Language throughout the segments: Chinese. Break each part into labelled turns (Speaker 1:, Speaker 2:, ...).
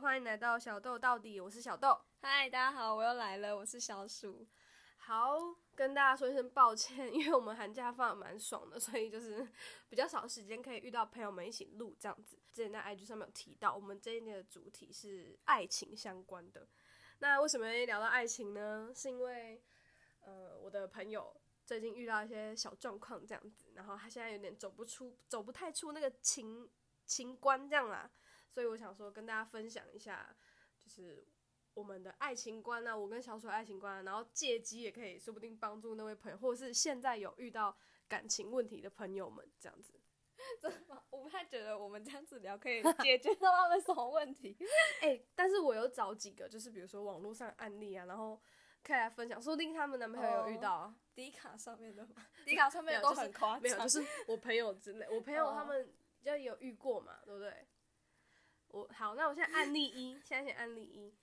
Speaker 1: 欢迎来到小豆到底，我是小豆。
Speaker 2: 嗨，大家好，我又来了，我是小鼠。
Speaker 1: 好，跟大家说一声抱歉， 因为我们寒假放的蛮爽的，所以就是 比较少时间可以遇到朋友们一起录这样子。之前在 IG 上面有提到，我们这一年的主题是爱情相关的。那为什么会聊到爱情呢？是因为呃，我的朋友最近遇到一些小状况这样子，然后他现在有点走不出，走不太出那个情情关这样啦。所以我想说跟大家分享一下，就是我们的爱情观啊，我跟小鼠的爱情观、啊，然后借机也可以说不定帮助那位朋友，或者是现在有遇到感情问题的朋友们这样子。
Speaker 2: 我不太觉得我们这样子聊可以解决到他们什么问题。
Speaker 1: 哎、但是我有找几个，就是比如说网络上的案例啊，然后可以来分享，说不定他们男朋友有遇到啊。
Speaker 2: 迪卡上面的吗， 迪卡上面的都很夸张，
Speaker 1: 没有，就是我朋友之类，我朋友
Speaker 2: 啊哦
Speaker 1: 他们就有遇过嘛，对不对？我好，那我现在案例一，现在先案例一。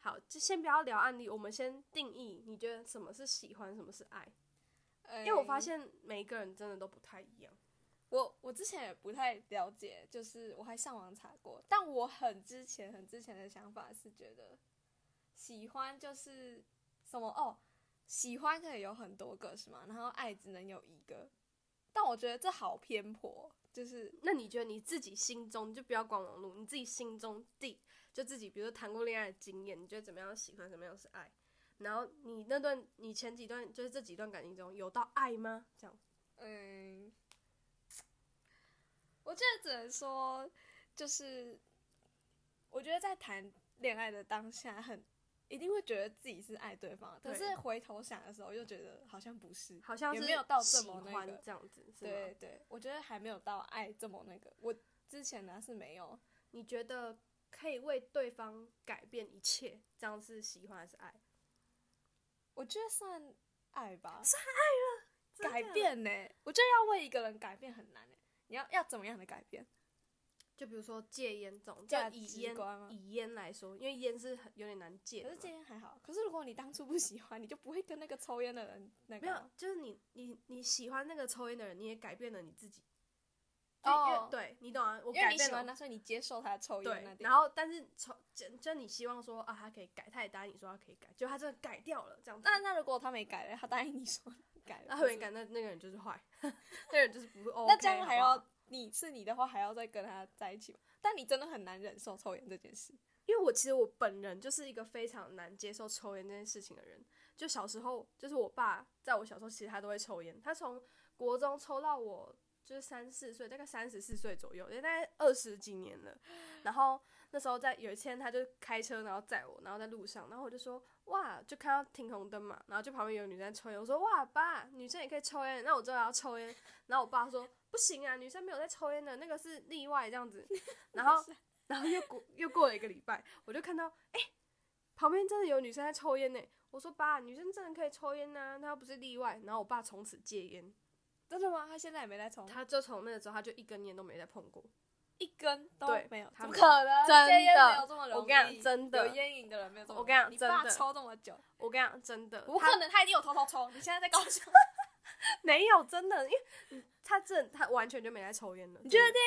Speaker 1: 好，就先不要聊案例，我们先定义，你觉得什么是喜欢，什么是爱？
Speaker 2: 呃
Speaker 1: 因为我发现每一个人真的都不太一样。
Speaker 2: 我我之前也不太了解，就是我还上网查过，但我很之前很之前的想法是觉得喜欢就是什么哦，喜欢可以有很多个是吗？然后爱只能有一个，但我觉得这好偏颇，就是
Speaker 1: 那你觉得你自己心中，你就不要管网络，你自己心中第就自己，比如说谈过恋爱的经验，你觉得怎么样喜欢，怎么样是爱？然后你那段，你前几段就是这几段感情中有到爱吗？这样
Speaker 2: 嗯，我觉得只能说，就是我觉得在谈恋爱的当下很，一定会觉得自己是爱对方，
Speaker 1: 对
Speaker 2: 可是回头想的时候又觉得好像不是。
Speaker 1: 好像
Speaker 2: 也
Speaker 1: 是
Speaker 2: 没有到这
Speaker 1: 喜
Speaker 2: 么那
Speaker 1: 欢
Speaker 2: 个
Speaker 1: 这样子，是吗
Speaker 2: 对对，我觉得还没有到爱这么那个。我之前呢是没有，
Speaker 1: 你觉得可以为对方改变一切，这样是喜欢还是爱？
Speaker 2: 我觉得算爱吧，算爱了。改变呢、我觉得要为一个人改变很难呢、你要要怎么样的改变？
Speaker 1: 就比如说戒烟这种，
Speaker 2: 价
Speaker 1: 就以
Speaker 2: 值
Speaker 1: 烟
Speaker 2: 观吗
Speaker 1: 以烟来说，因为烟是很有点难戒的
Speaker 2: 可
Speaker 1: 嘛。
Speaker 2: 是戒烟还好。可是如果你当初不喜欢，你就不会跟那个抽烟的人那个
Speaker 1: 没有，就是你你你喜欢那个抽烟的人，你也改变了你自己。就因为
Speaker 2: 哦，
Speaker 1: 对你懂啊，我
Speaker 2: 因为
Speaker 1: 改
Speaker 2: 你喜
Speaker 1: 变
Speaker 2: 欢
Speaker 1: 了。
Speaker 2: 他，所以你接受他抽烟那
Speaker 1: 对
Speaker 2: 点，
Speaker 1: 然后但是抽就就你希望说啊，他可以改，他也答应你说他可以改，结果他真的改掉了，这样子。
Speaker 2: 那那如果他没改了，他答应你说你改了，
Speaker 1: 那
Speaker 2: 可
Speaker 1: 后
Speaker 2: 是
Speaker 1: 面改，那那个人就是坏， 那个人就是不 OK。
Speaker 2: 那这样还
Speaker 1: 好不好
Speaker 2: 要你是你的话，还要再跟他在一起吗？但你真的很难忍受抽烟这件事。
Speaker 1: 因为我其实我本人就是一个非常难接受抽烟这件事情的人。就小时候，就是我爸在我小时候，其实他都会抽烟。他从国中抽到我就是三四岁，大概三十四岁左右，也大概二十几年了。然后那时候在有一天，他就开车，然后载我，然后在路上，然后我就说哇，就看到停红灯嘛，然后就旁边有女生在抽烟，我说哇爸，女生也可以抽烟，那我知道要抽烟。然后我爸说不行啊，女生没有在抽烟的，那个是例外这样子。然后然后又过又过了一个礼拜，我就看到，哎、旁边真的有女生在抽烟呢。我说爸，女生真的可以抽烟呐、她又不是例外。然后我爸从此戒烟，
Speaker 2: 真的吗？他现在也没在抽，
Speaker 1: 他就从那个时候他就一根烟都没再碰过。
Speaker 2: 一根都
Speaker 1: 对
Speaker 2: 没有，
Speaker 1: 他
Speaker 2: 怎
Speaker 1: 没有
Speaker 2: 么可能？
Speaker 1: 真
Speaker 2: 戒烟
Speaker 1: 的
Speaker 2: 没有这么容易。
Speaker 1: 我跟你讲，真
Speaker 2: 有
Speaker 1: 的，
Speaker 2: 烟瘾的人没有这么容易。
Speaker 1: 我跟你讲
Speaker 2: 你
Speaker 1: 真
Speaker 2: 爸
Speaker 1: 的
Speaker 2: 抽这么久，
Speaker 1: 我跟你讲，真的，
Speaker 2: 不
Speaker 1: 他
Speaker 2: 可能，他一定有偷偷抽。你现在在告诉我，
Speaker 1: 没有真的，因为他真的他完全就没在抽烟了。
Speaker 2: 你觉得
Speaker 1: 真的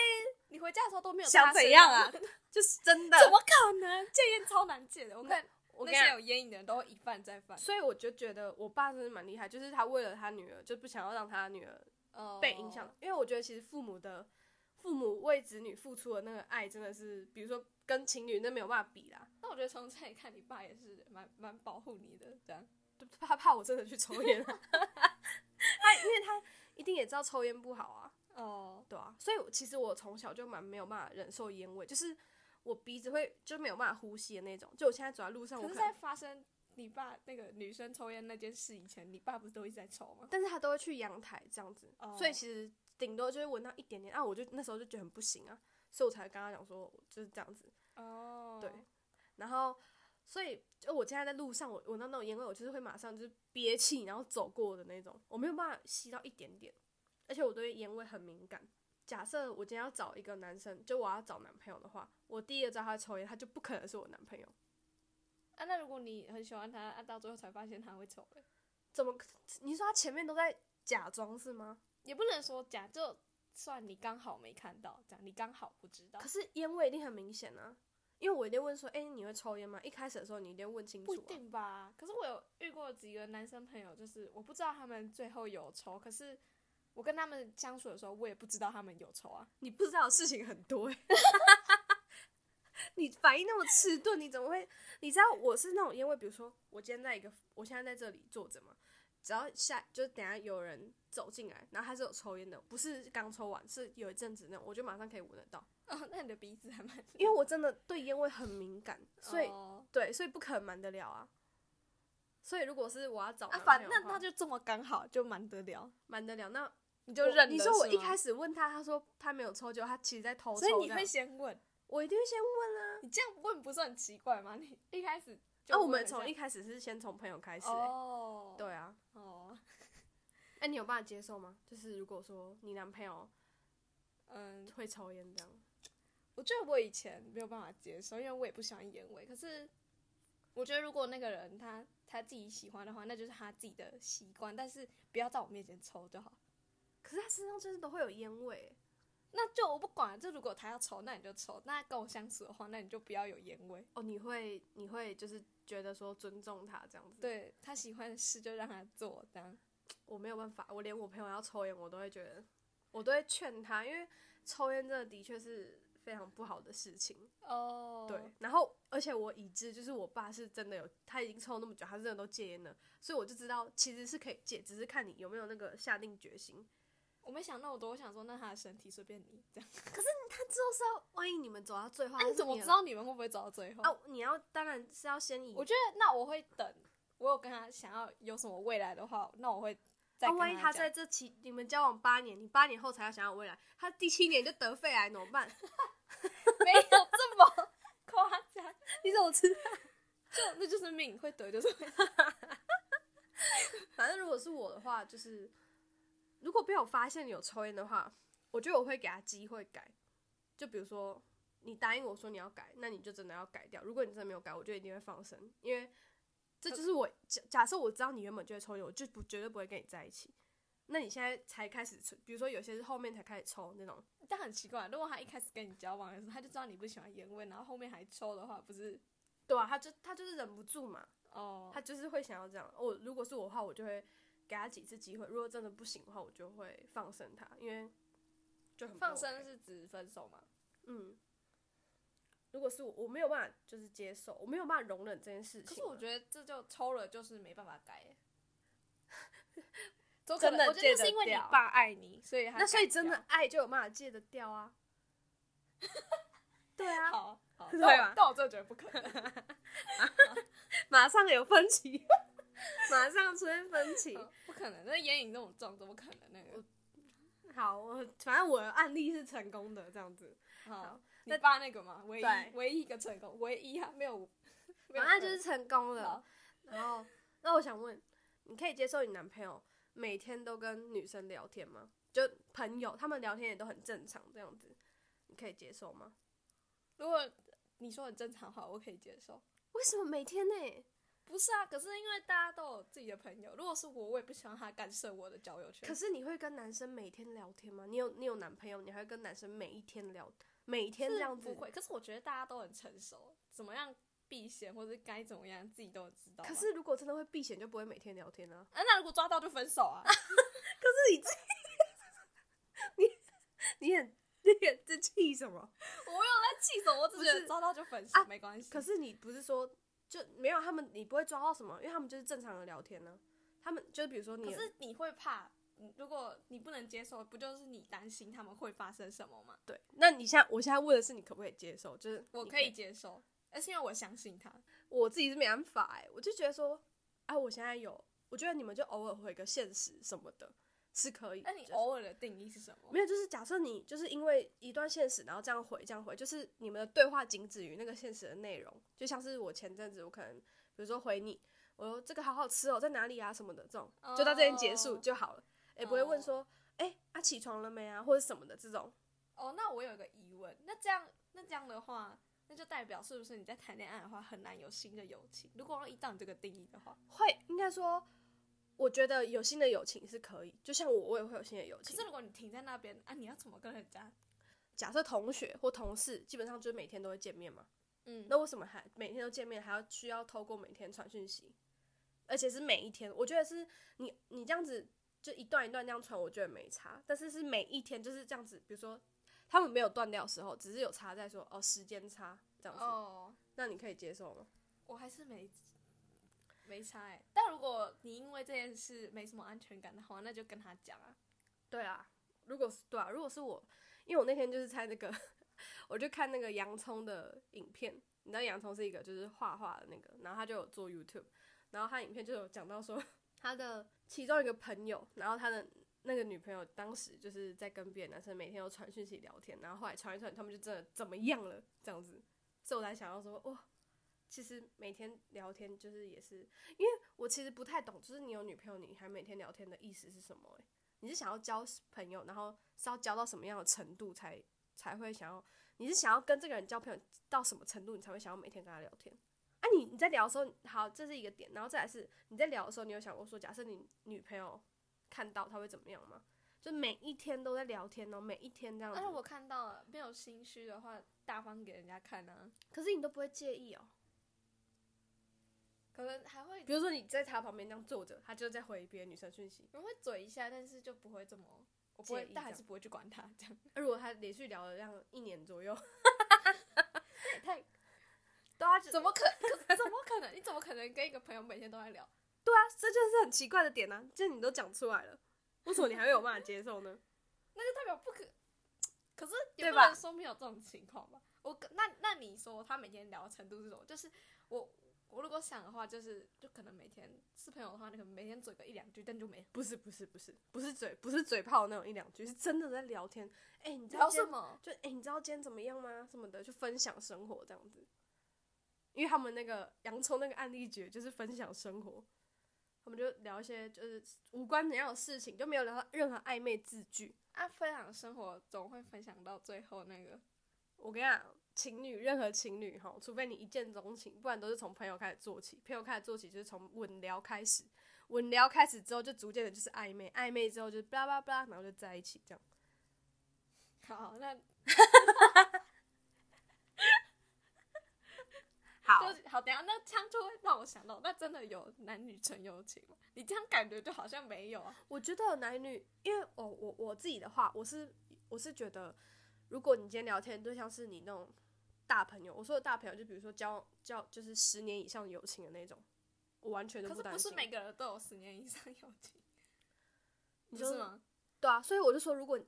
Speaker 2: 你回家的时候都没有在
Speaker 1: 想
Speaker 2: 他身
Speaker 1: 怎样
Speaker 2: 上
Speaker 1: 啊？就是真的，
Speaker 2: 怎么可能？戒烟超难戒的，我看
Speaker 1: 我
Speaker 2: 那
Speaker 1: 跟你讲
Speaker 2: 些有烟瘾的人都会一犯再犯，
Speaker 1: 所以我就觉得我爸真的蛮厉害，就是他为了他女儿，就不想要让他女儿
Speaker 2: 哦
Speaker 1: 被影响，。因为我觉得其实父母的父母为子女付出的那个爱，真的是，比如说跟情侣那没有办法比啦，
Speaker 2: 那我觉得从这里看，你爸也是蛮蛮保护你的，这样。
Speaker 1: 就怕怕我真的去抽烟了。 他因为他一定也知道抽烟不好啊，
Speaker 2: 哦，
Speaker 1: 对啊，所以我其实我从小就蛮没有办法忍受烟味，就是我鼻子会就没有办法呼吸的那种。就我现在走在路上，我
Speaker 2: 可是，
Speaker 1: 可
Speaker 2: 在
Speaker 1: 能
Speaker 2: 发生你爸那个女生抽烟那件事以前，你爸不是都一直在抽吗？
Speaker 1: 但是他都会去阳台这样子，
Speaker 2: 哦
Speaker 1: 所以其实顶多就是闻到一点点啊，我就那时候就觉得很不行啊，所以我才跟他讲说就是这样子。
Speaker 2: 哦
Speaker 1: 对然后，所以就我现在在路上，我闻到那种烟味，我就是会马上就是憋气，然后走过的那种，我没有办法吸到一点点，而且我对烟味很敏感。假设我今天要找一个男生，就我要找男朋友的话，我第一个知道他抽烟，他就不可能是我男朋友。
Speaker 2: 啊，那如果你很喜欢他，啊，到最后才发现他会抽、欸，
Speaker 1: 怎么可？你说他前面都在假装是吗？
Speaker 2: 也不能说假，就算你刚好没看到，这样你刚好不知道
Speaker 1: 可。是烟味一定很明显啊，因为我一定问说，哎、你会抽烟吗？一开始的时候你一定问清楚、
Speaker 2: 不一
Speaker 1: 啊，
Speaker 2: 定吧？可是我有遇过几个男生朋友，就是我不知道他们最后有抽，可是我跟他们相处的时候，我也不知道他们有抽啊。
Speaker 1: 你不知道的事情很多、欸。 你反应那么迟钝，你怎么会？你知道我是那种，因为比如说，我今天在一个，我现在在这里坐着嘛，只要下就是等一下有人走进来，然后他是有抽烟的，不是刚抽完，是有一阵子那种，我就马上可以闻得到，
Speaker 2: 哦，那你的鼻子还蛮……
Speaker 1: 因为我真的对烟味很敏感，所以、
Speaker 2: 哦
Speaker 1: 对，所以不可能瞒得了啊。所以如果是我要找
Speaker 2: 啊，
Speaker 1: 男朋
Speaker 2: 反
Speaker 1: 友
Speaker 2: 正
Speaker 1: 的话、
Speaker 2: 那就这么刚好，就蛮得了，
Speaker 1: 瞒得了，那
Speaker 2: 你就认了。
Speaker 1: 你说我一
Speaker 2: 始，
Speaker 1: 开始问他，他说他没有抽酒，他其实在偷抽这
Speaker 2: 所以
Speaker 1: 样，
Speaker 2: 你会先问，
Speaker 1: 我一定会先问啊。
Speaker 2: 你这样问不是很奇怪吗？你一开始就
Speaker 1: 那、啊我
Speaker 2: 问
Speaker 1: 们
Speaker 2: 一下
Speaker 1: 从一开始是先从朋友开始、欸
Speaker 2: 哦，
Speaker 1: 对啊。
Speaker 2: 哦，
Speaker 1: 哎、你有办法接受吗？就是如果说你男朋友
Speaker 2: 嗯，
Speaker 1: 会抽烟这样，
Speaker 2: 我觉得我以前没有办法接受，因为我也不喜欢烟味。可是我觉得如果那个人他他自己喜欢的话，那就是他自己的习惯，但是不要在我面前抽就好。
Speaker 1: 可是他身上就是都会有烟味欸、
Speaker 2: 那就我不管，就如果他要抽，那你就抽；那跟我相处的话，那你就不要有烟味。
Speaker 1: 哦，你会你会就是觉得说尊重他这样子。，
Speaker 2: 对他喜欢的事就让他做，这样。
Speaker 1: 我没有办法，我连我朋友要抽烟，我都会觉得，我都会劝他，因为抽烟真的的确是非常不好的事情。
Speaker 2: 哦
Speaker 1: 对，然后而且我已知，就是我爸是真的有，他已经抽那么久，他真的都戒烟了，所以我就知道其实是可以戒，只是看你有没有那个下定决心。
Speaker 2: 我没想那么多，我想说那他的身体随便你这样。
Speaker 1: 他之后是要，万一你们走到最后，
Speaker 2: 那、
Speaker 1: 还
Speaker 2: 啊你
Speaker 1: 是
Speaker 2: 怎么
Speaker 1: 有
Speaker 2: 知道你们会不会走到最后？
Speaker 1: 啊？你要当然是要先以，
Speaker 2: 我觉得那我会等，我有跟他想要有什么未来的话，那我会再
Speaker 1: 啊
Speaker 2: 跟
Speaker 1: 万一
Speaker 2: 他
Speaker 1: 他
Speaker 2: 讲
Speaker 1: 在这期你们交往八年，你八年后才要想要未来，他第七年就得肺癌怎么办？
Speaker 2: 没有这么夸张，
Speaker 1: 你怎么知道？
Speaker 2: 就那就是命，会得就是会得。
Speaker 1: 反正如果是我的话，就是如果被我发现有抽烟的话，我觉得我会给他机会改。就比如说，你答应我说你要改，那你就真的要改掉。如果你真的没有改，我就一定会放生，因为这就是我假假设我知道你原本就会抽烟，我就不绝对不会跟你在一起。那你现在才开始抽，比如说有些是后面才开始抽那种，
Speaker 2: 但很奇怪，如果他一开始跟你交往的时候，他就知道你不喜欢烟味，然后后面还抽的话，不是
Speaker 1: 对啊，他就他就是忍不住嘛，
Speaker 2: 哦？
Speaker 1: 他就是会想要这样。我如果是我的话，我就会给他几次机会。如果真的不行的话，我就会放生他，因为就很不
Speaker 2: 放
Speaker 1: OK
Speaker 2: 生是指分手吗？
Speaker 1: 嗯，如果是我，我没有办法就是接受，我没有办法容忍这件事情啊。
Speaker 2: 可是我
Speaker 1: 得
Speaker 2: 觉得这就抽了，就是没办法改耶。都可
Speaker 1: 真
Speaker 2: 能
Speaker 1: 的
Speaker 2: 我觉
Speaker 1: 戒
Speaker 2: 得就是
Speaker 1: 得
Speaker 2: 因为你
Speaker 1: 掉
Speaker 2: 爸爱你，所以他
Speaker 1: 那所以
Speaker 2: 改
Speaker 1: 真的
Speaker 2: 掉
Speaker 1: 爱就有办法戒得掉啊。对啊，
Speaker 2: 好好，
Speaker 1: 对
Speaker 2: 但哦我
Speaker 1: 吧
Speaker 2: 但我真的觉得不可能。
Speaker 1: 马上有分歧， 马上出现分歧。
Speaker 2: 嗯不可能，那眼影那么重，怎么可能那个？
Speaker 1: 好，我反正我的案例是成功的这样子。好
Speaker 2: 好，你
Speaker 1: 那
Speaker 2: 爸那个嘛，唯一
Speaker 1: 对
Speaker 2: 唯一一个成功，唯一啊，没 有，没有
Speaker 1: 反正就
Speaker 2: 二
Speaker 1: 是成功了
Speaker 2: 好。
Speaker 1: 然后，那我想问，你可以接受你男朋友每天都跟女生聊天吗？就朋友，他们聊天也都很正常这样子，你可以接受吗？
Speaker 2: 如果你说很正常的话，我可以接受。
Speaker 1: 为什么每天呢、
Speaker 2: 不是啊，可是因为大家都有自己的朋友，如果是我，我也不希望他干涉我的交友圈。
Speaker 1: 可是你会跟男生每天聊天吗？你有你有男朋友，你还会跟男生每一天聊，每天这样子
Speaker 2: 不？会。可是我觉得大家都很成熟，怎么样避嫌或者该怎么样，自己都知道吧。
Speaker 1: 可是如果真的会啊避嫌，就不会每天聊天啦、
Speaker 2: 啊，那如果抓到就分手啊。
Speaker 1: 可是你自 己，你你很你很在气什么？
Speaker 2: 我没有在气什么，我只
Speaker 1: 不
Speaker 2: 是觉
Speaker 1: 是
Speaker 2: 得抓到就分手，
Speaker 1: 啊
Speaker 2: 没关系。
Speaker 1: 可是你不是说就没有他们，你不会抓到什么？因为他们就是正常的聊天呢、啊他们就比如说你
Speaker 2: 可是你会怕，嗯如果你不能接受，不就是你担心他们会发生什么吗？
Speaker 1: 对，那你现在我现在问的是你可不可以接受？就是
Speaker 2: 我
Speaker 1: 你
Speaker 2: 可以接受，而且因为我相信他。
Speaker 1: 我自己是没办法哎、我就觉得说，哎、我现在有，我觉得你们就偶尔回个现实什么的，是可以。
Speaker 2: 那你
Speaker 1: 就是
Speaker 2: 偶尔的定义是什么？
Speaker 1: 没有？就是假设你就是因为一段现实，然后这样回这样回，就是你们的对话仅止于那个现实的内容，就像是我前阵子我可能比如说回你，我说这个好好吃哦，在哪里啊什么的这种，就到这边结束
Speaker 2: 哦
Speaker 1: 就好了，也、不会问说，哎、啊起床了没啊或者什么的这种。
Speaker 2: 哦，那我有一个疑问，那这样那这样的话，那就代表是不是你在谈恋爱的话很难有新的友情？如果依照你这个定义的话，
Speaker 1: 会应该说，我觉得有新的友情是可以，就像我，我也会有新的友
Speaker 2: 可
Speaker 1: 情
Speaker 2: 是。如果你停在那边啊，你要怎么跟人家？
Speaker 1: 假设同学或同事，基本上就是每天都会见面嘛，
Speaker 2: 嗯，
Speaker 1: 那为什么还每天都见面，还要需要透过每天传讯息，而且是每一天？我觉得是你你这样子就一段一段这样传，我觉得没差，但是是每一天就是这样子，比如说他们没有断掉的时候，只是有差在说哦时间差这样子，
Speaker 2: 哦，
Speaker 1: 那你可以接受吗？
Speaker 2: 我还是没没差哎、但如果你因为这件事没什么安全感的话，那就跟他讲啊。
Speaker 1: 对啊，如果是对啊，如果是我，因为我那天就是在那个， 我就看那个洋葱的影片，你知道洋葱是一个就是画画的那个，然后他就有做 YouTube，然后他影片就有讲到说他的其中一个朋友，然后他的那个女朋友当时就是在跟别的男生每天都传讯息聊天，然后后来传一传，他们就真的怎么样了这样子，所以我才想要说哇。其实每天聊天就是也是，因为我其实不太懂，就是你有女朋友，你还每天聊天的意思是什么、欸？你是想要交朋友，然后是要交到什么样的程度才才会想要？你是想要跟这个人交朋友到什么程度，你才会想要每天跟他聊天？啊你，你在聊的时候，好，这是一个点，然后再来是你在聊的时候，你有想过说，假设你女朋友看到，她会怎么样吗？就每一天都在聊天哦，每一天这样子。
Speaker 2: 但是我看到了，没有心虚的话，大方给人家看啊。
Speaker 1: 可是你都不会介意哦。
Speaker 2: 可能还会
Speaker 1: 比如说你在他旁边这样坐着，他就在回别的女生讯息。
Speaker 2: 我会嘴一下，但是就不会这么，我不
Speaker 1: 介
Speaker 2: 会
Speaker 1: 意，
Speaker 2: 但
Speaker 1: 这
Speaker 2: 还
Speaker 1: 样
Speaker 2: 是不会去管他这样。
Speaker 1: 啊如果他连续聊了这样一年左右，
Speaker 2: 太
Speaker 1: 对啊，
Speaker 2: 怎么可可怎么可能？你怎么可能跟一个朋友每天都在聊？
Speaker 1: 对啊，这就是很奇怪的点啊！就你都讲出来了，为什么你还会有办法接受呢？
Speaker 2: 那就代表不可，可是也
Speaker 1: 对
Speaker 2: 不
Speaker 1: 吧
Speaker 2: 能说没有这种情况吧？我跟那那你说他每天聊的程度是什么？就是我我如果想的话，就是就可能每天是朋友的话，你可能每天嘴个一两句，但就没
Speaker 1: 不是不是不是不是嘴不是嘴炮那种一两句，是真的在聊天。哎、你知道
Speaker 2: 聊
Speaker 1: 今
Speaker 2: 什
Speaker 1: 天？
Speaker 2: 么。
Speaker 1: 就哎、你知道今天怎么样吗？什么的，就分享生活这样子。因为他们那个洋葱那个案例局就是分享生活，他们就聊一些就是无关怎样的事情，就没有聊到任何暧昧字句。
Speaker 2: 啊，分享生活总会分享到最后那个，
Speaker 1: 我跟你讲，情侣任何情侣哈，除非你一见钟情，不然都是从朋友开始做起。朋友开始做起就是从稳聊开始，稳聊开始之后就逐渐的就是暧昧，暧昧之后就是巴拉巴拉巴拉，然后就在一起这样。
Speaker 2: 好，那
Speaker 1: 好
Speaker 2: 就好，等一下那这样就会让我想到，那真的有男女纯友情吗？你这样感觉就好像没有啊。
Speaker 1: 我觉得男女，因为哦，我我自己的话，我是我是觉得，如果你今天聊天对象是你那种大朋友，我说的大朋友就比如说交往交就是十年以上友情的那种，我完全都
Speaker 2: 可是
Speaker 1: 担
Speaker 2: 不
Speaker 1: 心。
Speaker 2: 是每个人都有十年以上友 情，
Speaker 1: 你
Speaker 2: 不
Speaker 1: 说
Speaker 2: 是吗？
Speaker 1: 对啊，所以我就说，如果你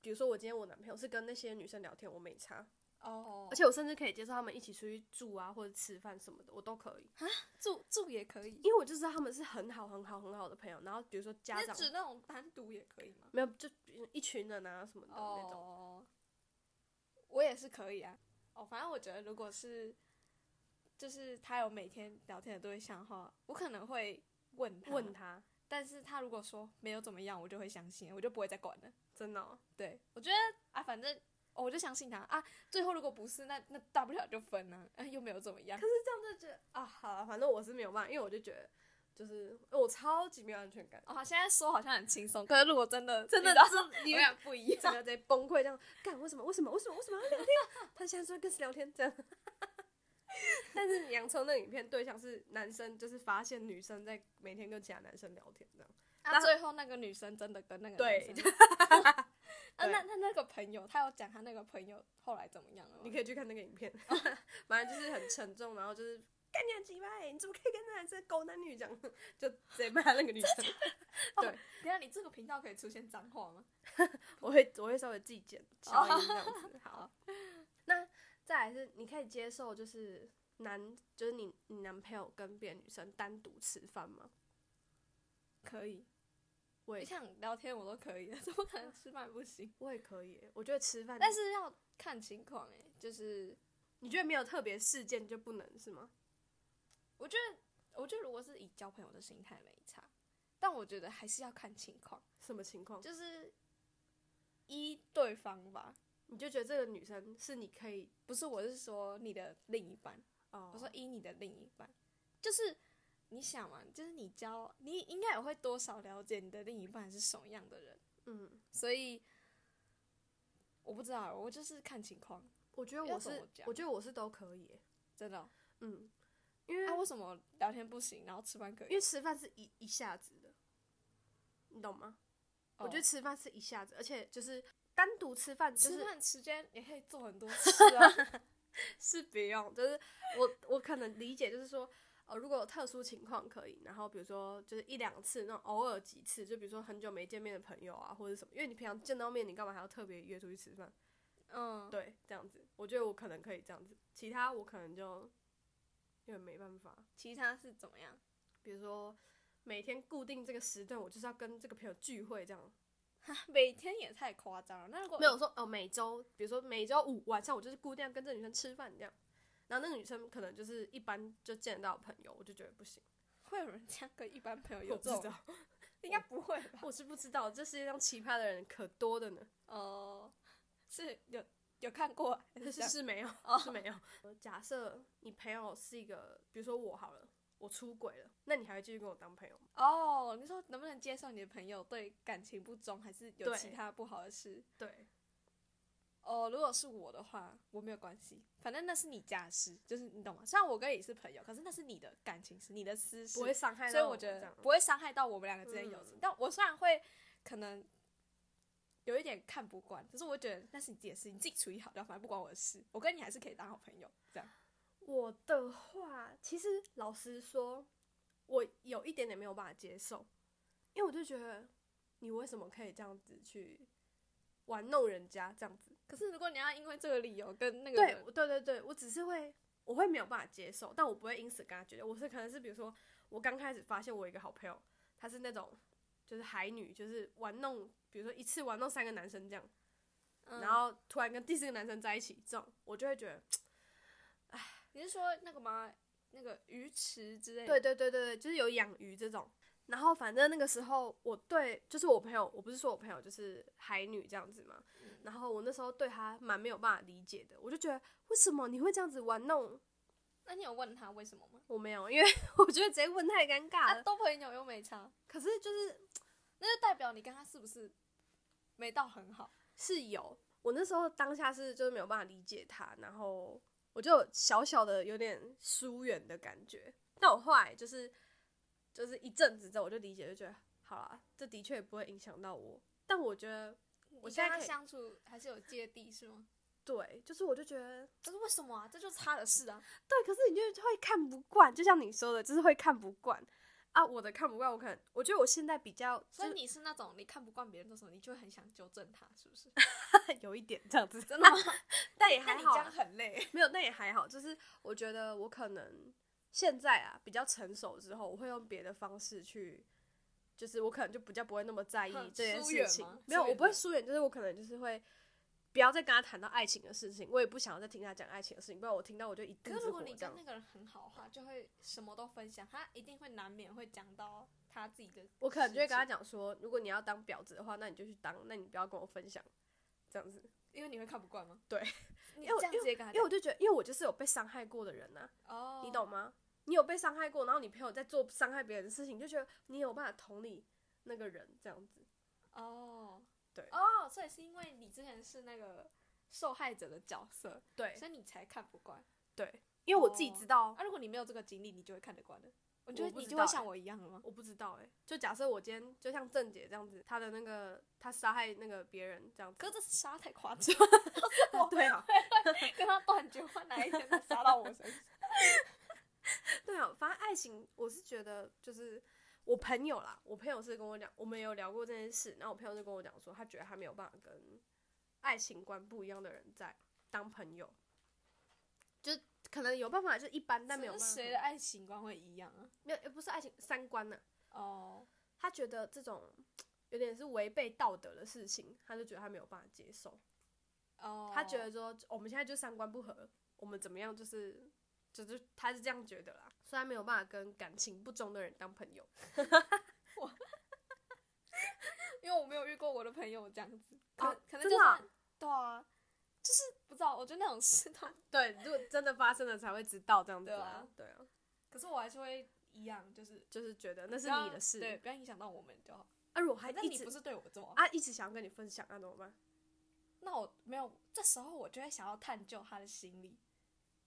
Speaker 1: 比如说我今天我男朋友是跟那些女生聊天，我没差，
Speaker 2: 哦
Speaker 1: 而且我甚至可以接受他们一起出去住啊，或者吃饭什么的，我都可以，
Speaker 2: 住住也可以，
Speaker 1: 因为我就知道他们是很好、很好、很好的朋友。然后比如说家
Speaker 2: 那
Speaker 1: 长
Speaker 2: 指那种单独也可以吗？
Speaker 1: 没有，就一群人啊什么的那种。
Speaker 2: 哦，我也是可以啊。哦，反正我觉得如果是就是他有每天聊天的对象的话，我可能会问他，
Speaker 1: 问，他，
Speaker 2: 但是他如果说没有怎么样，我就会相信，我就不会再管了。
Speaker 1: 真的、哦，
Speaker 2: 对，我觉得啊，反正。哦我就相信他啊，最后如果不是，那那大不了就分了、啊，又没有怎么样
Speaker 1: 可。是这样就觉得啊，好了，反正我是没有办法，因为我就觉得就是我超级没有安全感，
Speaker 2: 哦，现在说好像很轻松，可是如果真的
Speaker 1: 真的
Speaker 2: 遇到
Speaker 1: 是你
Speaker 2: 我想不一样
Speaker 1: 整。个在崩溃，这样干为什么为什么为什么为什么要聊天？他现在说跟谁聊天这样。 但是洋葱那影片对象是男生，就是发现女生在每天跟其他男生聊天这样。
Speaker 2: 那、
Speaker 1: 那
Speaker 2: 啊最后那个女生真的跟那个
Speaker 1: 对
Speaker 2: 男生啊，
Speaker 1: 对
Speaker 2: 那那那个朋友，他有讲他那个朋友后来怎么样了吗？
Speaker 1: 你可以去看那个影片， 反正就是很沉重，然后就是干你很鸡巴欸，你怎么可以跟那男生狗男女这样？就直接骂那个女生。
Speaker 2: 等一下你这个频道可以出现脏话吗？
Speaker 1: 我会我会稍微自己剪消音这样子。好，哦 那再来是你可以接受就是男就是你你男朋友跟别的女生单独吃饭吗？
Speaker 2: 可以，
Speaker 1: 我
Speaker 2: 你
Speaker 1: 也
Speaker 2: 想聊天我都可以，怎么可能吃饭不行？
Speaker 1: 我也可以欸，我觉得吃饭，
Speaker 2: 但是要看情况哎、就是
Speaker 1: 你觉得没有特别事件就不能是吗？
Speaker 2: 我觉得，我觉得如果是以交朋友的心态没差，但我觉得还是要看情况，
Speaker 1: 什么情况？
Speaker 2: 就是依对方吧，
Speaker 1: 你就觉得这个女生是你可以
Speaker 2: 不是我是说你的另一半。
Speaker 1: 哦，
Speaker 2: 我说依你的另一半，就是你想嘛，就是你交，你应该也会多少了解你的另一半是什么样的人，
Speaker 1: 嗯
Speaker 2: 所以我不知道，我就是看情况。
Speaker 1: 我觉得
Speaker 2: 要
Speaker 1: 我
Speaker 2: 怎
Speaker 1: 是
Speaker 2: 么讲
Speaker 1: 我觉得我是都可以耶，
Speaker 2: 真的哦、
Speaker 1: 嗯，因为、
Speaker 2: 啊，为什么聊天不行，然后吃饭可以
Speaker 1: 因为？吃饭是一一下子的，你懂吗？我觉得
Speaker 2: 哦
Speaker 1: 吃饭是一下子，而且就是单独吃饭就
Speaker 2: 吃
Speaker 1: 是
Speaker 2: 饭时间也可以做 很多事啊。
Speaker 1: 是不用，就是我我可能理解就是说，呃，如果有特殊情况可以，然后比如说就是一两次那种偶尔几次，就比如说很久没见面的朋友啊或者什么，因为你平常见到面，你干嘛还要特别约出去吃饭？
Speaker 2: 嗯，
Speaker 1: 对，这样子，我觉得我可能可以这样子，其他我可能就有点没办法。
Speaker 2: 其他是怎么样？
Speaker 1: 比如说每天固定这个时段，我就是要跟这个朋友聚会这样。
Speaker 2: 每天也太夸张了。那如果
Speaker 1: 没有说哦，每周，比如说每周五晚上，我就是固定要跟这女生吃饭这样。然后那个女生可能就是一般就见得到的朋友，我就觉得不行。
Speaker 2: 会有人这样跟一般朋友
Speaker 1: 我
Speaker 2: 有
Speaker 1: 不
Speaker 2: 这
Speaker 1: 知
Speaker 2: 种
Speaker 1: 道？，
Speaker 2: 应该不会吧？
Speaker 1: 我是不知道，这世界上奇葩的人可多的呢。
Speaker 2: 哦、是有有看过， 还
Speaker 1: 但
Speaker 2: 是这
Speaker 1: 是
Speaker 2: 样
Speaker 1: 是没有，
Speaker 2: 哦
Speaker 1: 是没有。呃假设你朋友是一个，比如说我好了，我出轨了，那你还会继续跟我当朋友吗？
Speaker 2: 哦，你说能不能接受你的朋友对感情不忠，还是有
Speaker 1: 对
Speaker 2: 其他不好的事？
Speaker 1: 对，
Speaker 2: 哦，如果是我的话，我没有关系，反正那是你家的事，就是你懂吗？虽然我跟你是朋友，可是那是你的感情，是你的私事，
Speaker 1: 不会伤害
Speaker 2: 所以
Speaker 1: 到
Speaker 2: 我觉
Speaker 1: 这
Speaker 2: 得
Speaker 1: 样。
Speaker 2: 不会伤害到我们两个之间友情。
Speaker 1: 嗯
Speaker 2: 但我虽然会可能有一点看不惯，可是我觉得那是你自己的事，你自己处理好就好，反正不关我的事。我跟你还是可以当好朋友，这样。
Speaker 1: 我的话，其实老实说，我有一点点没有办法接受，因为我就觉得你为什么可以这样子去玩弄人家这样子？
Speaker 2: 可是如果你要因为这个理由跟那个
Speaker 1: 对
Speaker 2: 人，
Speaker 1: 对对对，我只是会，我会没有办法接受，但我不会因此跟他决裂。我是可能是比如说，我刚开始发现我有一个好朋友，她是那种就是海女，就是玩弄，比如说一次玩弄三个男生这样，
Speaker 2: 嗯
Speaker 1: 然后突然跟第四个男生在一起，这种我就会觉得，
Speaker 2: 你是说那个吗？那个鱼池之类的？
Speaker 1: 对对对对对，就是有养鱼这种。然后反正那个时候我对，就是我朋友，我不是说我朋友就是海女这样子嘛。
Speaker 2: 嗯
Speaker 1: 然后我那时候对她蛮没有办法理解的，我就觉得为什么你会这样子玩弄？
Speaker 2: 那你有问他为什么吗？
Speaker 1: 我没有，因为 我觉得直接问太尴尬
Speaker 2: 啊，
Speaker 1: 了。
Speaker 2: 都朋友又没差，
Speaker 1: 可是就是
Speaker 2: 那就代表你跟他是不是没到很好？
Speaker 1: 是有，我那时候当下是就是没有办法理解她，然后我就有小小的有点疏远的感觉。但我后来就是就是一阵子之后，我就理解，就觉得好啦，这的确也不会影响到我。但我觉得我
Speaker 2: 你
Speaker 1: 现在
Speaker 2: 跟他
Speaker 1: 可以
Speaker 2: 相处还是有芥蒂是吗？
Speaker 1: 对，就是我就觉得
Speaker 2: 可是为什么啊？这就是他的事啊。
Speaker 1: 对，可是你就会看不惯，就像你说的，就是会看不惯啊。我的看不惯，我可能我觉得我现在比较，
Speaker 2: 所以
Speaker 1: 就是
Speaker 2: 你是那种你看不惯别人做什么，你就会很想纠正他，是不是？
Speaker 1: 有一点 这样子，
Speaker 2: 真的吗？
Speaker 1: 但 也
Speaker 2: 那
Speaker 1: 还
Speaker 2: 你
Speaker 1: 好
Speaker 2: 这
Speaker 1: 啊、
Speaker 2: 样很累。
Speaker 1: 没有，但也还好。就是我觉得我可能现在啊比较成熟之后，我会用别的方式去，就是我可能就比较不会那么在意
Speaker 2: 哼
Speaker 1: 这件
Speaker 2: 疏远
Speaker 1: 事情
Speaker 2: 吗。
Speaker 1: 没有，
Speaker 2: 疏远
Speaker 1: 我不会
Speaker 2: 吗
Speaker 1: 疏远，就是我可能就是会。不要再跟他谈到爱情的事情，我也不想要再听他讲爱情的事情，不然我听到我就一肚
Speaker 2: 可是
Speaker 1: 子
Speaker 2: 如
Speaker 1: 火
Speaker 2: 果你
Speaker 1: 这样
Speaker 2: 跟。那个人很好的话，就会什么都分享，他一定会难免会讲到他自己的。
Speaker 1: 我可能就会跟他，讲说，如果你要当婊子的话，那你就去当，那你不要跟我分享，这样子。
Speaker 2: 因为你会看不惯吗？
Speaker 1: 对，
Speaker 2: 你
Speaker 1: 因为我
Speaker 2: 这样直接跟他
Speaker 1: 因为
Speaker 2: 讲
Speaker 1: 我就觉得，因为我就是有被伤害过的人啊呐、
Speaker 2: 哦，
Speaker 1: 你懂吗？你有被伤害过，然后你朋友在做伤害别人的事情，你就觉得你有办法同理那个人这样子。
Speaker 2: 哦，
Speaker 1: 对
Speaker 2: 哦，所以是因为你之前是那个受害者的角色，
Speaker 1: 对
Speaker 2: 所以你才看不惯。
Speaker 1: 对，因为我自己
Speaker 2: 哦
Speaker 1: 知道，
Speaker 2: 啊，如果你没有这个经历，你就会看得惯的。我觉
Speaker 1: 我
Speaker 2: 得
Speaker 1: 不
Speaker 2: 你
Speaker 1: 知
Speaker 2: 就
Speaker 1: 道
Speaker 2: 会
Speaker 1: 欸
Speaker 2: 像我一样了吗？
Speaker 1: 我不知道哎、就假设我今天就像郑姐这样子，她的那个她杀害那个别人这样子，
Speaker 2: 可是这杀太夸 张，我
Speaker 1: 对啊，
Speaker 2: 跟他断绝，换哪一天他杀到我身 上？
Speaker 1: 对啊，反正爱情，我是觉得就是我朋友啦，我朋友是跟我讲，我们有聊过这件事，然后我朋友就跟我讲说，他觉得他没有办法跟爱情观不一样的人在当朋友，就是可能有办法，就一般，但没有
Speaker 2: 是
Speaker 1: 办
Speaker 2: 不
Speaker 1: 法
Speaker 2: 是谁的爱情观会一样啊？
Speaker 1: 没有，也不是爱情三观呢、
Speaker 2: 哦，
Speaker 1: 他觉得这种有点是违背道德的事情，他就觉得他没有办法接受，
Speaker 2: 哦，
Speaker 1: 他觉得说我们现在就三观不合，我们怎么样就是。就是他是这样觉得啦，虽然没有办法跟感情不忠的人当朋友，
Speaker 2: 因为我没有遇过我的朋友这样子，可、
Speaker 1: 哦
Speaker 2: 可能
Speaker 1: 真
Speaker 2: 就
Speaker 1: 的啊
Speaker 2: 是对啊，就是不知道，我觉得那种事他，
Speaker 1: 对，如果真的发生了才会知道这样子啊，对啊，
Speaker 2: 可是我还是会一样，就是
Speaker 1: 就是觉得那是
Speaker 2: 不要
Speaker 1: 你的事。
Speaker 2: 对，，不要影响到我们就好。
Speaker 1: 啊，如果还
Speaker 2: 那
Speaker 1: 一
Speaker 2: 你
Speaker 1: 直
Speaker 2: 不是对我做啊？
Speaker 1: 啊一直想要跟你分享，那、怎么办？
Speaker 2: 那我没有，这时候我就会想要探究他的心理，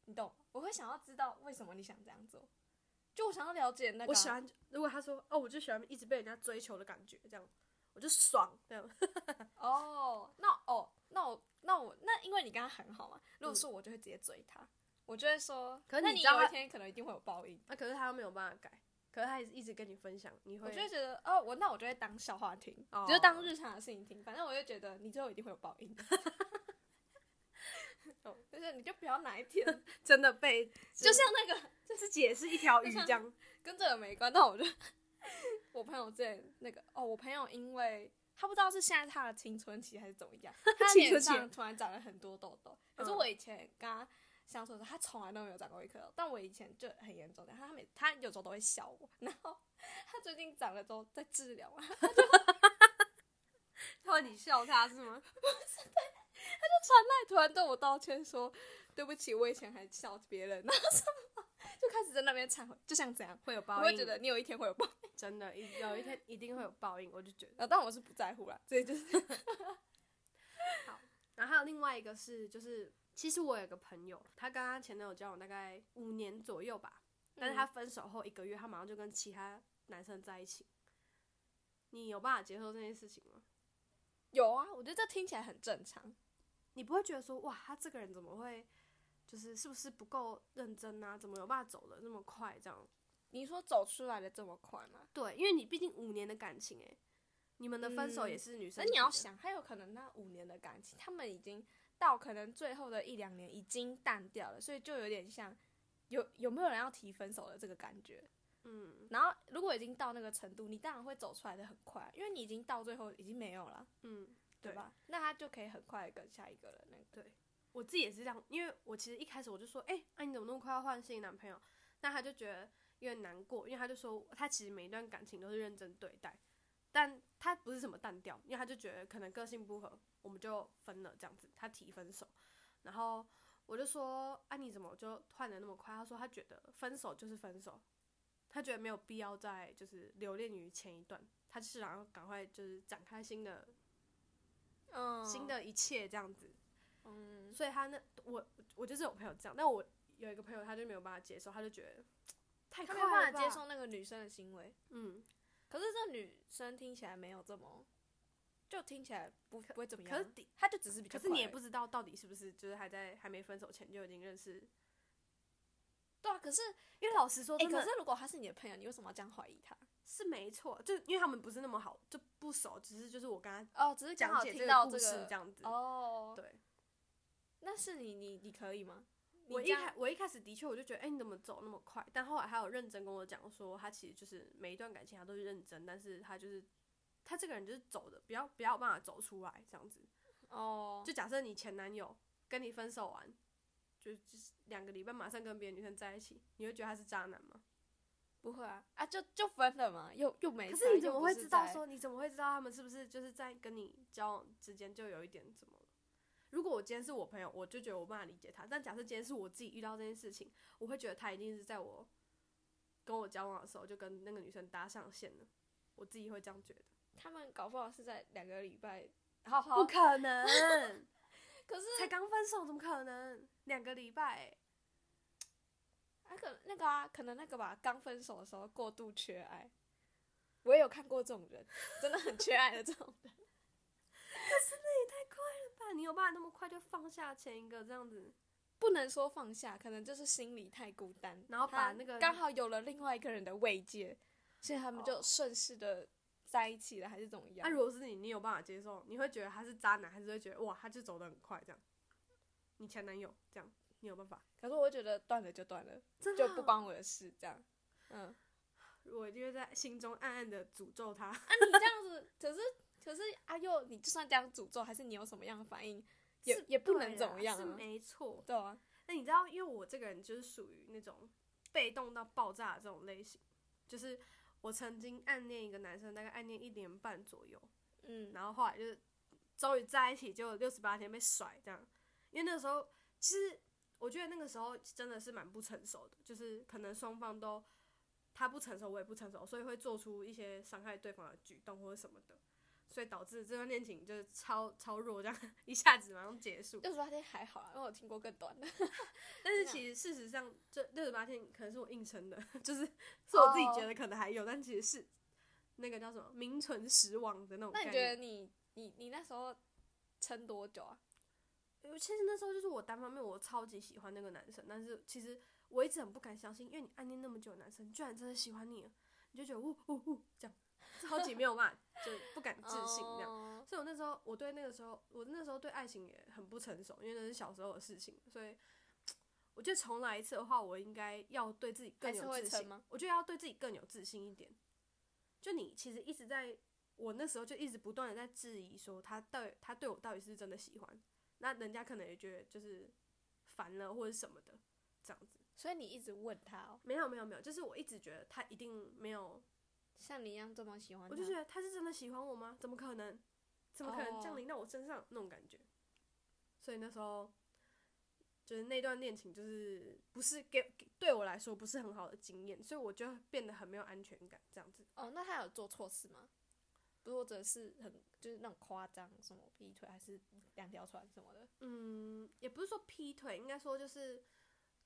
Speaker 2: 你懂？我会想要知道为什么你想这样做，就我想要了解那个啊、
Speaker 1: 我喜欢，如果他说哦，我就喜欢一直被人家追求的感觉，这样我就爽，这样
Speaker 2: 哦，那哦，那我那我那因为你跟他很好嘛，如果是我就会直接追他，我就会说，
Speaker 1: 嗯可是
Speaker 2: 那
Speaker 1: 你
Speaker 2: 你
Speaker 1: 知道
Speaker 2: 有一
Speaker 1: 他
Speaker 2: 天可能一定会有报应，
Speaker 1: 啊，可是他又没有办法改，可是他一直跟你分享，你
Speaker 2: 我
Speaker 1: 会
Speaker 2: 就会觉得哦，我那我就会当笑话听，
Speaker 1: 哦
Speaker 2: 就当日常的事情听，反正我就觉得你最后一定会有报 应。
Speaker 1: 哦
Speaker 2: 就是你就不要哪一 天，
Speaker 1: 真的被
Speaker 2: 就像那个
Speaker 1: 自己也是一条鱼
Speaker 2: 就像
Speaker 1: 这 样，
Speaker 2: 跟这个没关，但我就我朋友之前那个哦，我朋友因为他不知道是现在他的青春期还是怎么样，他
Speaker 1: 青春
Speaker 2: 脸
Speaker 1: 期嗯
Speaker 2: 上突然长了很多痘痘。可是我以前跟他相处的时候，他从来都没有长过一颗痘，但我以前就很严重的，他每他有时候都会笑我，然后他最近长了之后在治疗嘛，
Speaker 1: 他说你笑他是吗？
Speaker 2: 突然对我道歉说对不起，我以前还笑别人， 然后什么就开始在那边忏悔，就像这样，
Speaker 1: 会有
Speaker 2: 我
Speaker 1: 报
Speaker 2: 会
Speaker 1: 应，
Speaker 2: 觉得你有一天会有报，
Speaker 1: 真的，一有一天一定会有报应，我就觉得。
Speaker 2: 然后但我是不在乎啦，所以就是
Speaker 1: 嗯然后还有另外一个是，就是其实我有个朋友，她跟她前男友交往大概五年左右吧，但是
Speaker 2: 嗯
Speaker 1: 她分手后一个月，她马上就跟其他男生在一起。你有办法接受这件事情吗？
Speaker 2: 有啊，我觉得这听起来很正常。
Speaker 1: 你不会觉得说，哇，他这个人怎么会，就是是不是不够认真啊？怎么有办法走的那么快？这样
Speaker 2: 你说走出来的这么快吗？
Speaker 1: 对，因为你毕竟五年的感情、欸，你们的分手
Speaker 2: 嗯
Speaker 1: 也是女生
Speaker 2: 那
Speaker 1: 提的、
Speaker 2: 你要想，还有可能那五年的感情，他们已经到可能最后的一两年已经淡掉了，所以就有点像有有没有人要提分手的这个感觉。
Speaker 1: 嗯
Speaker 2: 然后如果已经到那个程度，你当然会走出来的很快，因为你已经到最后已经没有了，
Speaker 1: 嗯，对
Speaker 2: 对吧？那他就可以很快地跟下一个人那个。
Speaker 1: 我自己也是这样，因为我其实一开始我就说，哎、啊你怎么那么快要换新男朋友？那他就觉得有点难过，因为他就说他其实每一段感情都是认真对待，但他不是什么淡掉，因为他就觉得可能个性不合，我们就分了这样子，他提分手，然后我就说，啊你怎么就换的那么快？他说他觉得分手就是分手，他觉得没有必要再就是留恋于前一段，他就是想要赶快就是展开新的
Speaker 2: 嗯
Speaker 1: 新，的一切这样子，
Speaker 2: 嗯，
Speaker 1: 所以他那我我就是有朋友这样，但我有一个朋友他就没有办法接受，他就觉得太
Speaker 2: 他
Speaker 1: 快了
Speaker 2: 没有办法
Speaker 1: 吧
Speaker 2: 接，受那个女生的行为。
Speaker 1: 嗯，
Speaker 2: 可是这女生听起来没有这么，就听起来不不会怎么样
Speaker 1: 可
Speaker 2: 啊。
Speaker 1: 是底，
Speaker 2: 他就只是比
Speaker 1: 可
Speaker 2: 较快
Speaker 1: 是
Speaker 2: 而已。
Speaker 1: 你也不知道到底是不是就是还在还没分手前就已经认识，
Speaker 2: 对啊，可是
Speaker 1: 因为老实说
Speaker 2: 哎、
Speaker 1: 真的、
Speaker 2: 可是如果他是你的朋友，你为什么要这样怀疑他？
Speaker 1: 是没错，就因为他们不是那么好，就不熟，只是就是我跟他
Speaker 2: 哦，只是刚
Speaker 1: 讲
Speaker 2: 好
Speaker 1: 解
Speaker 2: 听
Speaker 1: 个
Speaker 2: 到
Speaker 1: 故
Speaker 2: 这
Speaker 1: 事
Speaker 2: 个
Speaker 1: 这样子，
Speaker 2: 哦，
Speaker 1: 对。
Speaker 2: 那是你你你可以吗？你
Speaker 1: 我
Speaker 2: 这
Speaker 1: 一
Speaker 2: 样
Speaker 1: 开我一开始的确我就觉得，哎、你怎么走那么快？但后来他有认真跟我讲说，他其实就是每一段感情他都是认真，但是他就是他这个人就是走的，比较比较有办法走出来这样子。
Speaker 2: 哦，
Speaker 1: 就假设你前男友跟你分手完，就就是两个礼拜马上跟别的女生在一起，你会觉得他是渣男吗？
Speaker 2: 不会啊啊，就就分了嘛，又又没
Speaker 1: 可
Speaker 2: 差。
Speaker 1: 是你怎
Speaker 2: 又
Speaker 1: 么
Speaker 2: 不
Speaker 1: 会
Speaker 2: 是
Speaker 1: 知道
Speaker 2: 在？
Speaker 1: 说？你怎么会知道他们是不是就是在跟你交往之间就有一点怎么了？如果我今天是我朋友，我就觉得我无法理解他。但假设今天是我自己遇到这件事情，我会觉得他一定是在我跟我交往的时候就跟那个女生搭上线了。我自己会这样觉得，
Speaker 2: 他们搞不好是在两个礼拜，好好
Speaker 1: 不，可 能，
Speaker 2: 可是
Speaker 1: 才刚分手，怎么可能？两个礼拜欸、
Speaker 2: 啊可那个啊，可能那个吧，刚分手的时候过度缺爱。我也有看过这种人，真的很缺爱的这种人。
Speaker 1: 爸，你有办法那么快就放下前一个这样子？
Speaker 2: 不能说放下，可能就是心里太孤单，
Speaker 1: 然后把
Speaker 2: 他
Speaker 1: 那个
Speaker 2: 刚好有了另外一个人的慰藉，所以他们就
Speaker 1: 哦
Speaker 2: 顺势的在一起了，还是怎么
Speaker 1: 那、
Speaker 2: 样？
Speaker 1: 啊如果是你，你有办法接受？你会觉得他是渣男，还是会觉得哇，他就走得很快这样？你前男友这样，你有办法？
Speaker 2: 可是我会觉得断了就断了，
Speaker 1: 真
Speaker 2: 就不
Speaker 1: 哦
Speaker 2: 关我的啊事，这样。嗯，
Speaker 1: 我就会在心中暗暗的诅咒他。
Speaker 2: 啊，你这样子，可是可是阿佑，你就算这样诅咒，还是你有什么样的反应，也
Speaker 1: 是
Speaker 2: 也不
Speaker 1: 对
Speaker 2: 能怎
Speaker 1: 啦
Speaker 2: 么样
Speaker 1: 是
Speaker 2: 啊。
Speaker 1: 没错。
Speaker 2: 对啊，
Speaker 1: 那你知道，因为我这个人就是属于那种被动到爆炸的这种类型，就是我曾经暗恋一个男生，大概暗恋一年半左右，
Speaker 2: 嗯，
Speaker 1: 然后后来就是终于在一起，结果六十八天被甩这样。因为那个时候，其实我觉得那个时候真的是蛮不成熟的，就是可能双方都他不成熟，我也不成熟，所以会做出一些伤害对方的举动或者什么的。所以导致这段恋情就是超 超弱，这样一下子马上结束。
Speaker 2: 六十八天还好啊，因为我听过更短的。
Speaker 1: 但
Speaker 2: 啊
Speaker 1: 是其实事实上，这六十八天可能是我硬撑的， 就是是我自己觉
Speaker 2: 哦
Speaker 1: 得可能还有但其实是那个叫什么名存实亡的那种
Speaker 2: 那
Speaker 1: 概念。
Speaker 2: 你觉得你你你那时候撑多久啊？
Speaker 1: 我其实那时候就是我单方面我超级喜欢那个男生，但是其实我一直很不敢相信，因为你暗恋那么久的男生，居然真的喜欢你了，你就觉得呜呜呜这样，超级没有办法，就不敢置信这样。
Speaker 2: 样。
Speaker 1: 所以我那时候我对那个时候我那时候对爱情也很不成熟，因为那是小时候的事情，所以我觉得重来一次的话，我应该要对自己更有
Speaker 2: 还是会
Speaker 1: 自
Speaker 2: 撑
Speaker 1: 信
Speaker 2: 吗。
Speaker 1: 我觉得要对自己更有自信一点。就你其实一直在，我那时候就一直不断的在质疑说他到底他对我到底是真的喜欢，那人家可能也觉得就是烦了或者什么的这样子。
Speaker 2: 所以你一直问他哦，
Speaker 1: 没有没有没有，就是我一直觉得他一定没有
Speaker 2: 像你一啊样这哦么喜欢他，
Speaker 1: 我就觉得他是真的喜欢我吗？怎么可能？怎么可能降临到我身上、那种感觉？所以那时候就是那段恋情，就是不是给给对我来说不是很好的经验，所以我就变得很没有安全感，这样子。
Speaker 2: 哦，那他有做错事吗？不是，或者是很就是那种夸张，什么劈腿还是两条船什么的？
Speaker 1: 嗯，也不是说劈腿，应该说就是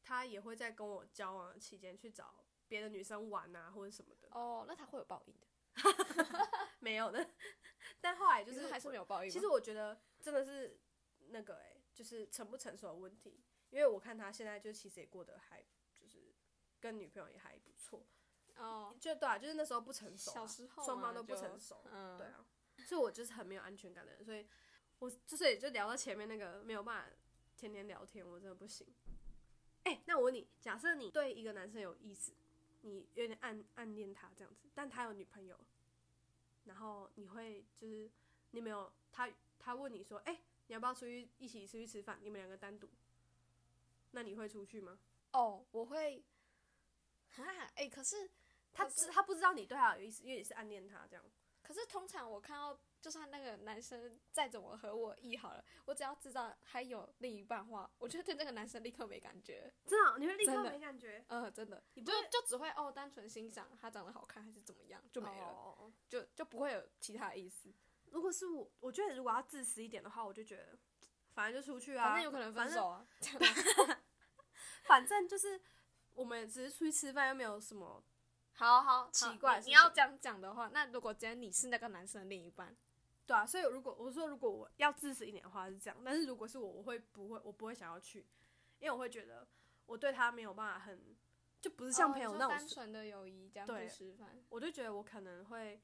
Speaker 1: 他也会在跟我交往的期间去找别的女生玩啊，或者什么的。
Speaker 2: 哦，那他会有报应的，
Speaker 1: 没有的， 但后来就
Speaker 2: 就是是还是没有报应吗。
Speaker 1: 其实我觉得真的是那个哎、就是成不成熟的问题。因为我看他现在就其实也过得还就是跟女朋友也还不错，
Speaker 2: 哦，
Speaker 1: 就对啊，就是那时候不成熟啊、
Speaker 2: 小时候
Speaker 1: 双
Speaker 2: 嘛
Speaker 1: 方都不
Speaker 2: 就
Speaker 1: 成熟，
Speaker 2: 嗯，
Speaker 1: 对啊，所以我就是很没有安全感的人，所以我就是也就聊到前面那个没有办法天天聊天，我真的不行。哎、那我问你，假设你对一个男生有意思，你有点暗暗恋他这样子，但他有女朋友，然后你会就是你没有他他问你说，哎、你要不要出去一起出去吃饭？你们两个单独，那你会出去吗？
Speaker 2: 哦，我会，哈，哎、可是
Speaker 1: 他
Speaker 2: 可是
Speaker 1: 知他不知道你对他有意思，因为你是暗恋他这样。
Speaker 2: 可是通常我看到，就算那个男生再怎么合我意好了，我只要知道还有另一半的话，我就对这个男生立刻没感觉。
Speaker 1: 真的哦，你会立刻
Speaker 2: 真的
Speaker 1: 没感觉，
Speaker 2: 呃，真的，
Speaker 1: 你
Speaker 2: 就
Speaker 1: 不会
Speaker 2: 就只会哦，单纯欣赏他长得好看还是怎么样就没了，
Speaker 1: 哦哦哦
Speaker 2: 就就不会有其他意思。
Speaker 1: 如果是我，我觉得如果要自私一点的话，我就觉得，反正就出去啊，
Speaker 2: 反正有可能分手啊，
Speaker 1: 反正，反正就是我们也只是出去吃饭，又没有什么。
Speaker 2: 好好
Speaker 1: 奇
Speaker 2: 好
Speaker 1: 怪的
Speaker 2: 你
Speaker 1: 事
Speaker 2: 你
Speaker 1: 情
Speaker 2: 要这样讲的话，那如果今天你是那个男生的另一半，
Speaker 1: 对啊，所以如果我说如果我要自私一点的话是这样，但是如果是我，我会不会我不会想要去，因为我会觉得我对他没有办法很，就不是像
Speaker 2: 哦
Speaker 1: 朋
Speaker 2: 你
Speaker 1: 友
Speaker 2: 说
Speaker 1: 那种
Speaker 2: 单
Speaker 1: 熟，
Speaker 2: 纯的友谊这样
Speaker 1: 对
Speaker 2: 去吃饭，
Speaker 1: 我就觉得我可能会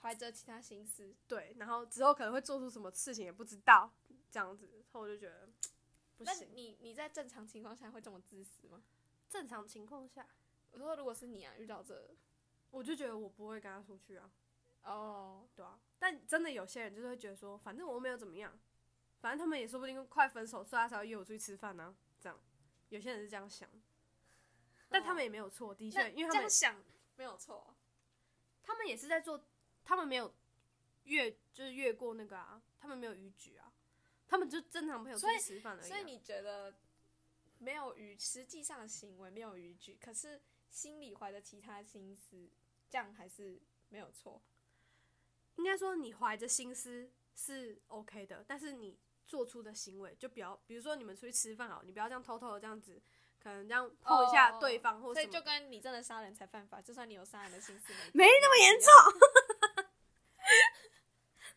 Speaker 2: 怀着其他心思，
Speaker 1: 对，然后之后可能会做出什么事情也不知道这样子，所以我就觉得不
Speaker 2: 那
Speaker 1: 行。
Speaker 2: 你你在正常情况下会这么自私吗？
Speaker 1: 正常情况下，
Speaker 2: 我说如果是你啊，遇到这
Speaker 1: 我就觉得我不会跟他出去啊。
Speaker 2: 哦，
Speaker 1: 对啊，但真的有些人就是会觉得说，反正我又没有怎么样，反正他们也说不定快分手，所以他才会约我出去吃饭呢、啊这样，有些人是这样想，但他们也没有错，的
Speaker 2: 那
Speaker 1: 确，因为他
Speaker 2: 这
Speaker 1: 们
Speaker 2: 样想没有错，
Speaker 1: 他们也是在做，他们没有越就是越过那个啊，他们没有逾矩啊，他们就正常朋友出
Speaker 2: 所以
Speaker 1: 去吃饭而已啊、
Speaker 2: 所以你觉得没有逾实际上的行为没有逾矩，可是心里怀着其他心思，这样还是没有错。
Speaker 1: 应该说你怀着心思是 OK 的，但是你做出的行为就不要，比如说你们出去吃饭好了，你不要这样偷偷的这样子，可能这样碰一下
Speaker 2: 哦
Speaker 1: 对方或
Speaker 2: 所
Speaker 1: 什
Speaker 2: 以
Speaker 1: 么
Speaker 2: 就
Speaker 1: 的。
Speaker 2: 跟你真的杀人才犯法，就算你有杀人的心思，
Speaker 1: 没
Speaker 2: 那么严重。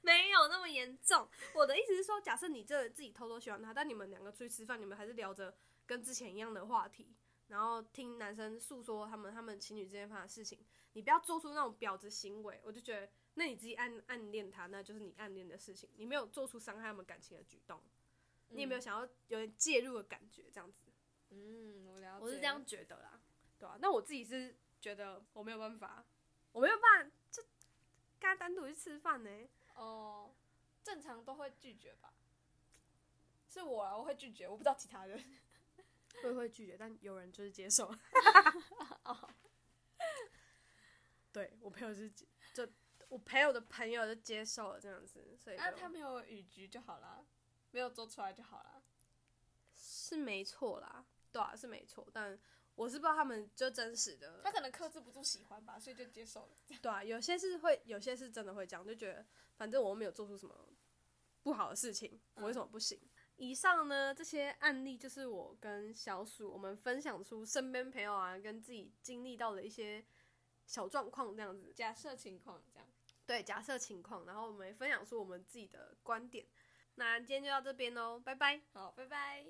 Speaker 1: 没有那么严重。我的意思是说，假设你真的自己偷偷喜欢他，但你们两个出去吃饭，你们还是聊着跟之前一样的话题，然后听男生诉说他们他们情侣之间发生的事情，你不要做出那种婊子行为。我就觉得，那你自己暗暗恋他，那就是你暗恋的事情，你没有做出伤害他们感情的举动，你也没有想要有点介入的感觉，这样子，
Speaker 2: 嗯，我了解，
Speaker 1: 我是这样觉得啦，对啊，那我自己是觉得我没有办法，我没有办法，就跟他单独去吃饭呢、
Speaker 2: 哦。正常都会拒绝吧？是我啊，我会拒绝，我不知道其他人。
Speaker 1: 我也会拒绝，但有人就是接 受。哦对我朋友是接就我朋友的朋友就接受了这样子，所以
Speaker 2: 那
Speaker 1: 就
Speaker 2: 啊他没有语局就好啦，没有做出来就好啦。
Speaker 1: 是没错啦，对啊是没错，但我是不知道他们就真实的
Speaker 2: 他，可能克制不住喜欢吧，所以就接受了。
Speaker 1: 对啊，有些是会，有些是真的会这样，就觉得反正我又没有做出什么不好的事情，我为什么不行？以上呢这些案例就是我跟小鼠我们分享出身边朋友啊跟自己经历到的一些小状况这样子，
Speaker 2: 假设情况这样，
Speaker 1: 对假设情况，然后我们也分享出我们自己的观点。那今天就到这边喽，拜拜。
Speaker 2: 好，拜拜。